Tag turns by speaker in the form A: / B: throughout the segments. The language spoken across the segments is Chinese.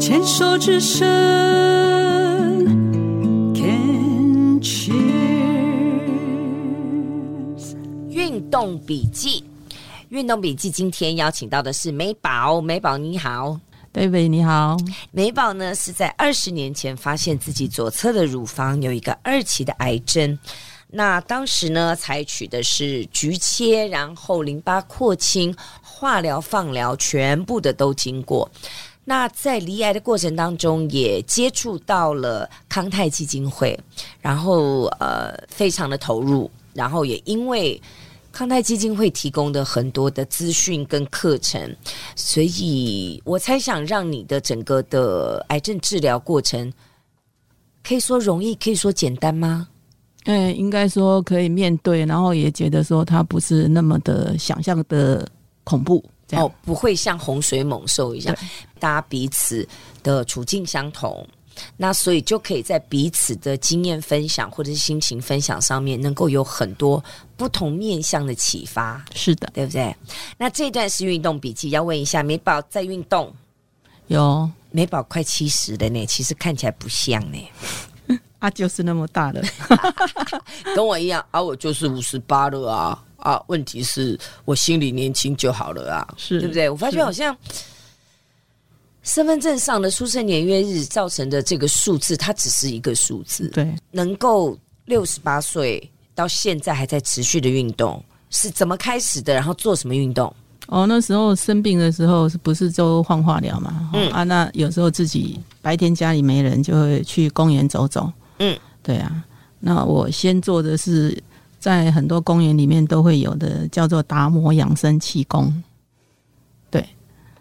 A: 牵手之声，Can Cheers。
B: 运动笔记，运动笔记，今天邀请到的是美宝，美宝你好。
C: David 你好，
B: 美宝呢是在二十年前发现自己左侧的乳房有一个二期的癌症，那当时呢采取的是局切，然后淋巴扩清、化疗、放疗，全部的都经过。那在离癌的过程当中，也接触到了康泰基金会，然后呃非常的投入，然后也因为康泰基金会提供的很多的资讯跟课程，所以我猜想让你的整个的癌症治疗过程，可以说容易，可以说简单吗？
C: 哎、应该说可以面对，然后也觉得说它不是那么的想象的恐怖，这样、
B: 哦，不会像洪水猛兽一样
C: 对，
B: 大家彼此的处境相同，那所以就可以在彼此的经验分享或者是心情分享上面，能够有很多不同面向的启发，
C: 是的，
B: 对不对？那这段是运动笔记，要问一下美宝在运动，
C: 有
B: 美宝快七十了呢，其实看起来不像呢，
C: 啊，就是那么大的，
D: 跟我一样啊，我就是五十八了啊啊！问题是我心里年轻就好了啊。
C: 是
B: 对不对？我发现好
C: 是
B: 像身份证上的出生年月日造成的这个数字，它只是一个数字，
C: 对，
B: 能够六十八岁到现在还在持续的运动，是怎么开始的？然后做什么运动？
C: 哦，那时候生病的时候，是不是就换化疗嘛？哦
B: 嗯
C: 啊，那有时候自己白天家里没人，就会去公园走走。
B: 嗯，
C: 对啊。那我先做的是，在很多公园里面都会有的，叫做达摩养生气功。对，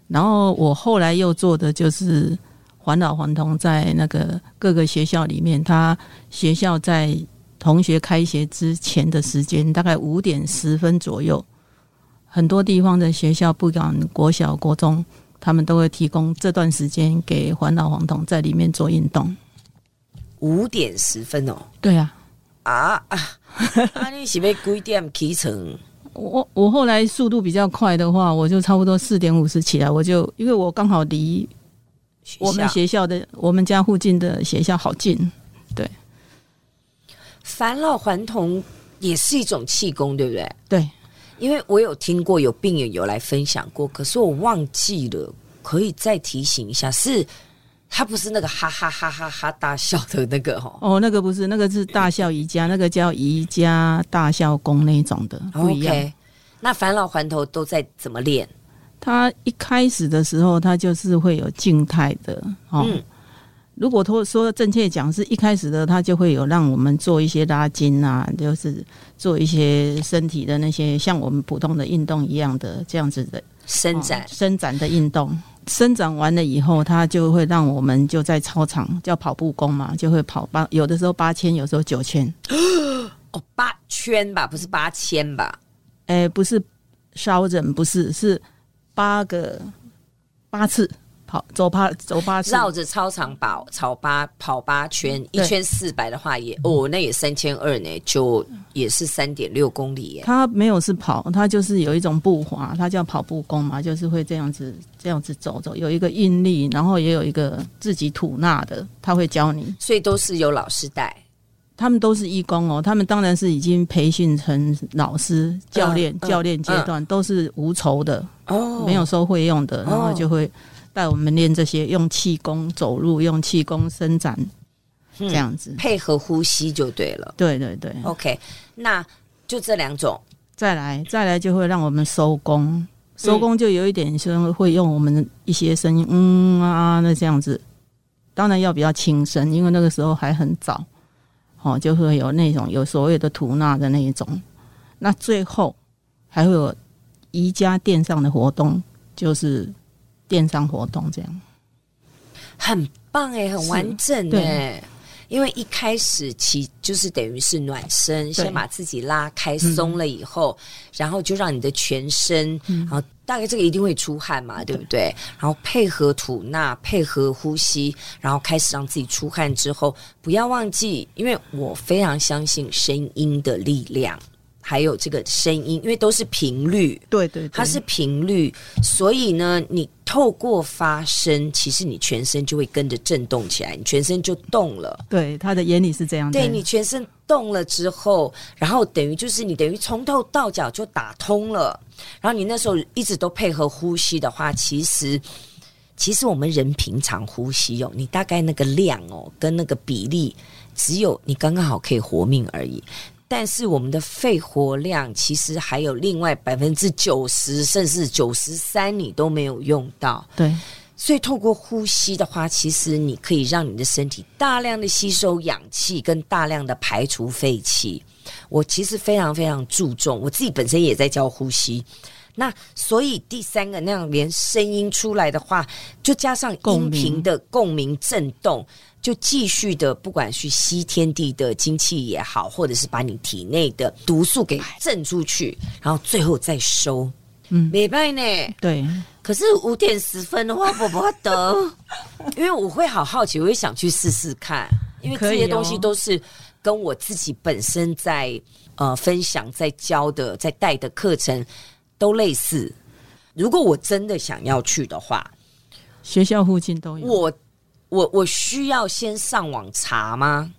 C: 然后我后来又做的就是环老环童，在那个各个学校里面，他学校在同学开学之前的时间，大概五点十分左右，很多地方的学校，不管国小、国中，他们都会提供这段时间给环老黄童在里面做运动。
B: 五点十 分哦，
C: 对啊，
B: 啊啊！啊你是被几点起床？
C: 我我后来速度比较快的话，我就差不多四点五十起来，我就因为我刚好离我们
B: 学校
C: 学校的我们家附近的学校好近，
B: 返老还童也是一种气功，对不对？
C: 对，
B: 因为我有听过有病友有来分享过，可是我忘记了，可以再提醒一下，是他不是那个哈哈哈哈哈大笑的那个哦，
C: 哦，那个不是，那个是大笑宜家，那个叫宜家大笑功那一种的，哦不一样。
B: OK，那返老还童都在怎么练？
C: 他一开始的时候，他就是会有静态的哦。
B: 嗯
C: 如果说说正确讲，是一开始的他就会有让我们做一些拉筋啊，就是做一些身体的那些像我们普通的运动一样的这样子的
B: 伸展
C: 哦、伸展的运动。伸展完了以后，它就会让我们就在操场叫跑步工嘛，就会跑八，有的时候八千，有时候九千。
B: 哦，八圈吧，不是八千吧？
C: 哎，不是烧人，不是是八个八次跑走八走八次，
B: 绕着操场跑跑八跑八圈，一
C: 对嗯
B: 圈四百的话也哦，那也三千二呢，就也是三点六公里耶。
C: 他没有是跑，他就是有一种步伐，他叫跑步工嘛，就是会这样子这样子走走，有一个韵律，然后也有一个自己吐纳的，他会教你。
B: 所以都是有老师带，
C: 他们都是义工哦，他们当然是已经培训成老师、教练、
B: 嗯
C: 教练阶段，都是无酬的，
B: 哦
C: 没有收费用的，然
B: 哦
C: 后就会带我们练这些，用气功走路，用气功伸展，
B: 嗯哦
C: 这样子。
B: 配合呼吸就对了。
C: 对对对，
B: OK，那就这两种。
C: 再来再来就会让我们收工，收工就有一点声会用我们一些声音，嗯啊那这样子，当然要比较轻声，因为那个时候还很早，哦，就会有那种有所谓的吐纳的那一种，那最后还会有宜家电商的活动，就是电商活动这样，
B: 很棒哎、很
C: 是
B: 完整哎、
C: 对
B: 因为一开始其就是等于是暖身，先把自己拉开松了以后，
C: 嗯
B: 然后就让你的全身，然后大概这个一定会出汗嘛，
C: 嗯
B: 对不对？然后配合吐纳，配合呼吸，然后开始让自己出汗之后，不要忘记，因为我非常相信声音的力量。还有这个声音，因为都是频率，
C: 对对对，
B: 它是频率，所以呢，你透过发声，其实你全身就会跟着震动起来，你全身就动了。
C: 对他的眼里是这样的，
B: 对你全身动了之后，然后等于就是你等于从头到脚就打通了，然后你那时候一直都配合呼吸的话，其实其实我们人平常呼吸哦，你大概那个量哦跟那个比例，只有你刚刚好可以活命而已。但是我们的肺活量其实还有另外百分之九十甚至九十三你都没有用到，
C: 对
B: 所以透过呼吸的话，其实你可以让你的身体大量的吸收氧气，跟大量的排除废气。我其实非常非常注重，我自己本身也在教呼吸。那所以第三个那样连声音出来的话，就加上音
C: 共
B: 频
C: 鸣
B: 的共鸣震动，就继续的不管去吸天地的精气也好，或者是把你体内的毒素给震出去，然后最后再收。
C: 嗯
B: 没拜呢，
C: 对，
B: 可是五点十分的话，我不得， 因为我会好好奇，我会想去试试看，因为这
C: 可以
B: 些
C: 哦
B: 东西都是跟我自己本身在呃分享、在教的、在带的课程都类似。如果我真的想要去的话，
C: 学校附近都有。
B: 我我我需要先上网查吗？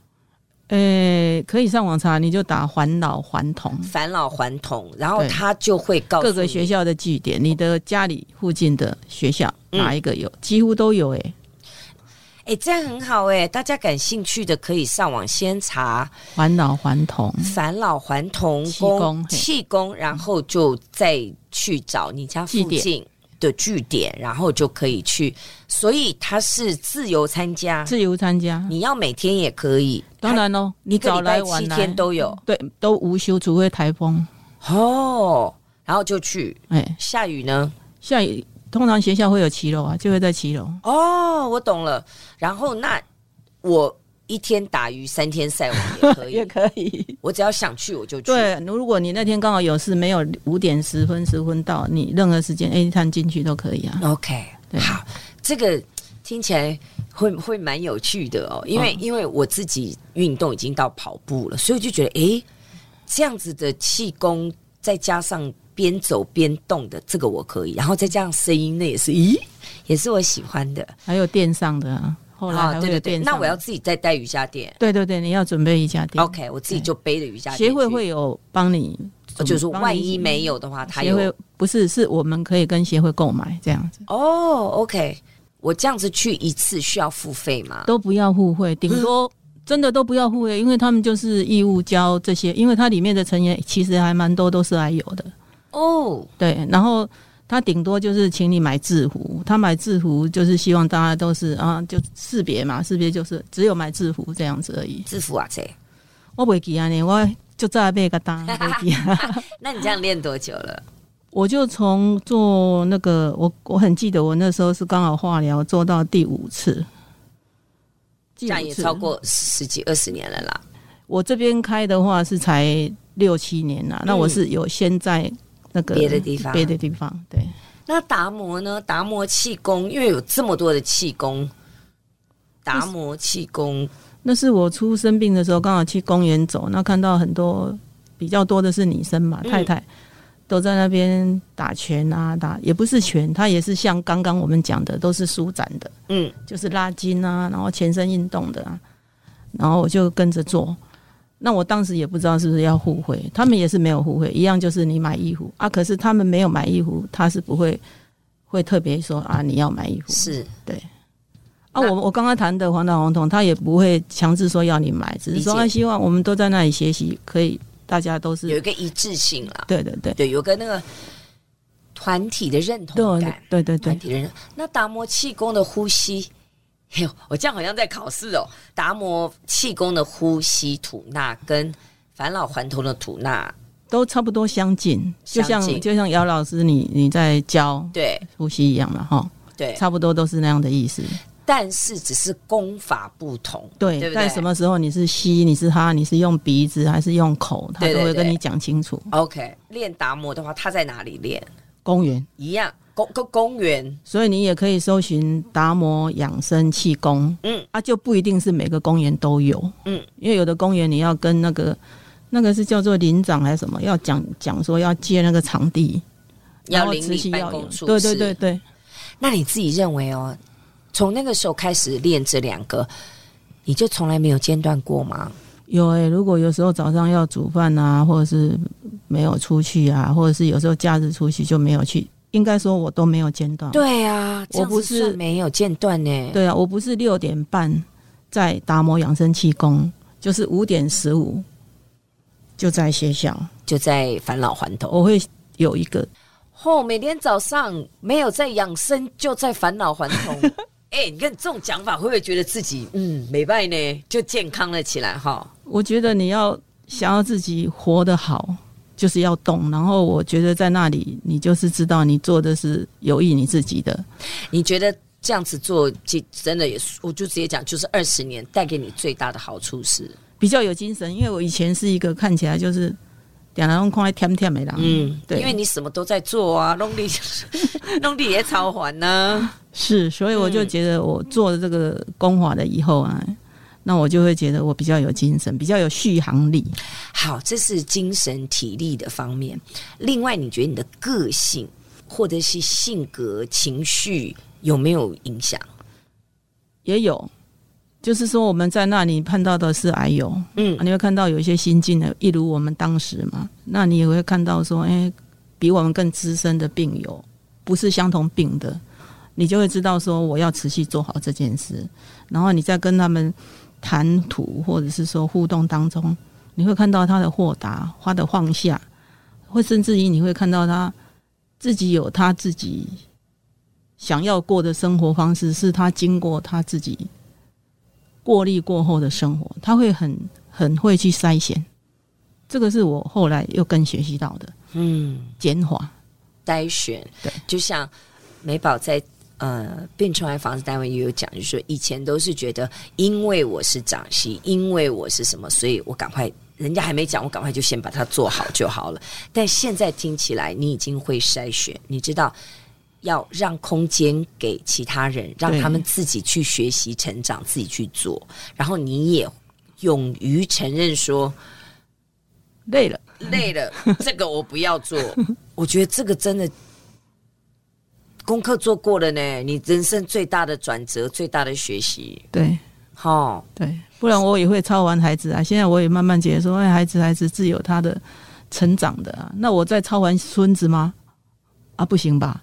C: 诶、可以上网查，你就打环老环童，
B: 返老还童，然后
C: 对
B: 他就会告诉
C: 各个
B: 你
C: 学校的据点，你的家里附近的学校
B: 嗯
C: 哪一个有？几乎都有诶、
B: 哎、这样很好哎、大家感兴趣的可以上网先查。
C: 环老环童，
B: 返老还童
C: 气功
B: 宫
C: 嘿
B: 气功，然后就再去找你家附
C: 据
B: 近的据点，然后就可以去。所以它是自由参加，
C: 自由参加，
B: 你要每天也可以，
C: 当然喽，
B: 它
C: 你
B: 一个
C: 早
B: 礼拜
C: 来晚
B: 七
C: 来
B: 天都有
C: 对，都无休，除非台风。
B: 哦。然后就去，
C: 哎、
B: 下雨呢？
C: 下雨通常学校会有骑楼啊，就会在骑楼。
B: 哦，我懂了。然后那我一天打鱼三天晒网 也可以，
C: 可以。
B: 我只要想去我就去。
C: 对，如果你那天刚好有事，没有五点十分十分到，你任何时间 A 探进去都可以啊。
B: OK，
C: 对
B: 好，这个听起来会会蛮有趣的
C: 嗯
B: 哦，因为、因为我自己运动已经到跑步了，所以我就觉得，诶，这样子的气功再加上边走边动的，这个我可以，然后再加上声音，那也是，咦，也是我喜欢的。
C: 还有电上的啊，后来还会有
B: 对哦对对，
C: 电上的、
B: 那我要自己再带瑜伽垫。
C: 对对对，你要准备一家店。
B: OK，我自己就背着瑜伽垫
C: 协会
B: 去，
C: 会有帮你
B: 哦
C: 准，
B: 就是说
C: 帮
B: 万
C: 你嗯
B: 一没有的话，他
C: 协
B: 有
C: 会不是，是我们可以跟协会购买这样子，
B: 哦，OK，我这样子去一次需要付费吗？
C: 都不要互惠，顶 多。真的都不要互惠，因为他们就是义务教这些，因为它里面的成员其实还蛮多都是还有的，
B: 哦，
C: 对。然后他顶多就是请你买制服，他买制服就是希望大家都是啊，就识别嘛，识别就是只有买制服这样子而已。
B: 制服啊，这。
C: 我不会记啊你，我就在被个 单，不会记啊。
B: 那你这样练多久了？
C: 我就从做那个，我我很记得我那时候是刚好化疗做到第五次，
B: 这
C: 第
B: 样
C: 五
B: 也
C: 次
B: 超。过十十几二十年了啦。
C: 我这边开的话是才六七年啦，那我是有先在那个
B: 嗯别的地方
C: 别的地方对。
B: 那达摩呢？达摩气功，因为有这么多的气功，达摩气功
C: 那是我出生病的时候，刚好去公园走，那看到很多比较多的是女生嘛，
B: 嗯
C: 太太都在那边打拳啊，打也不是拳，它也是像刚刚我们讲的，都是舒展的，
B: 嗯，
C: 就是拉筋啊，然后全身运动的啊，然后我就跟着做。那我当时也不知道是不是要互惠，他们也是没有互惠，一样就是你买衣服啊，可是他们没有买衣服，他是不会会特别说啊你要买衣服，
B: 是
C: 啊，
B: 那
C: 我我刚刚谈的黄岛红彤，他也不会强制说要你买，只是说
B: 理解
C: 他希望我们都在那里学习，可以大家都
B: 有一
C: 是
B: 个一致性啦，
C: 对对对
B: 对，有个那个团体的认同
C: 对
B: 感，哎
C: 对对
B: 团
C: 对，
B: 体的认。那达摩气功的呼吸，哎呦，我这样好像在考试哦。达摩气功的呼吸吐纳跟返老还童的吐纳，
C: 都差不多相近，就
B: 相
C: 像
B: 近
C: 就像姚老师你你在教
B: 对
C: 呼吸一样嘛，哈，
B: 对，
C: 差不多都是那样的意思。
B: 但是只是功法不同，
C: 对，
B: 对不对
C: 在什么时候你是吸，你是哈，你是用鼻子还是用口，他
B: 对对
C: 都会跟
B: 对
C: 你讲清楚。
B: OK，练达摩的话，他在哪里练？
C: 公园，
B: 一样，公公公园。
C: 所以你也可以搜寻达摩养生气功，
B: 嗯，
C: 啊，就不一定是每个公园都有，
B: 嗯，
C: 因为有的公园你要跟那个那个是叫做领长还是什么？要讲讲说要借那个场地，然
B: 要
C: 后
B: 邻
C: 执
B: 里
C: 行
B: 办
C: 要有
B: 公处，
C: 对对对。对，
B: 那你自己认为哦，从那个时候开始练这两个，你就从来没有间断过吗？
C: 有诶、如果有时候早上要煮饭啊，或者是没有出去啊，或者是有时候假日出去就没有去，应该说我都没有间断。
B: 对啊，这样子
C: 我不是
B: 算没有间断呢。
C: 对啊，我不是六点半在达摩养生气功，就是五点十五就在学校，
B: 就在返老还童。
C: 我会有一个
B: 哦，每天早上没有在养生，就在返老还童。 哎、你看这种讲法，会不会觉得自己嗯没败呢？就健康了起来哈。
C: 我觉得你要想要自己活得好，就是要动。然后我觉得在那里，你就是知道你做的是有益你自己的。
B: 你觉得这样子做，其真的也是，我就直接讲，就是二十年带给你最大的好处是，
C: 比较有精神，因为我以前是一个看起来就是两人空来舔舔的人，
B: 嗯，
C: 对，
B: 因为你什么都在做啊，弄力 弄力也超还呢、
C: 是，所以我就觉得我做了这个功法了以后啊，那我就会觉得我比较有精神，比较有续航力。
B: 好，这是精神体力的方面。另外，你觉得你的个性或者是性格、情绪有没有影响？
C: 也有，就是说我们在那里看到的是癌友，
B: 嗯
C: 啊，你会看到有一些新进的，一如我们当时嘛，那你也会看到说，哎、比我们更资深的病友，不是相同病的，你就会知道说我要持续做好这件事，然后你在跟他们谈吐或者是说互动当中，你会看到他的豁达，他的放下，会甚至于你会看到他自己有他自己想要过的生活方式，是他经过他自己过滤过后的生活，他会很很会去筛选。这个是我后来又更学习到的
B: 嗯，
C: 减法。
B: 筛选，
C: 对，
B: 就像美宝在呃病虫害防治单位也有讲，就是说以前都是觉得，因为我是长媳，因为我是什么，所以我赶快，人家还没讲，我赶快就先把它做好就好了。但现在听起来，你已经会筛选，你知道。要让空间给其他人，让他们自己去学习、成长，自己去做。然后你也勇于承认说，
C: 累了，
B: 累了，这个我不要做。我觉得这个真的功课做过了呢，你人生最大的转折，最大的学习。
C: 对
B: 哈、
C: 对，不然我也会操完孩子啊。现在我也慢慢觉得说，哎，孩子孩子自有他的成长的啊。那我再操完孙子吗？啊，不行吧？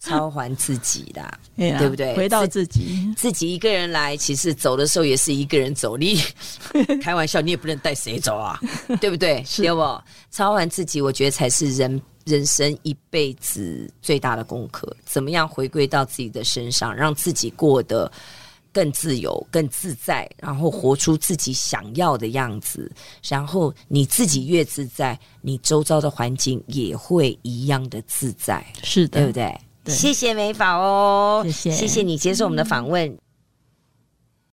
B: 超还自己啦，
C: 哎呀
B: 对不对
C: 回到自己，
B: 自己一个人来，其实走的时候也是一个人 走。你开玩笑，你也不能带谁走啊，对不对？对不？操完自己，我觉得才是人人生一辈子最大的功课。怎么样回归到自己的身上，让自己过得更自由、更自在，然后活出自己想要的样子。然后你自己越自在，你周遭的环境也会一样的自在。
C: 是
B: 对
C: 的
B: 不。对？
C: 对
B: 谢谢美宝哦，
C: 谢谢
B: 谢谢你接受我们的访问。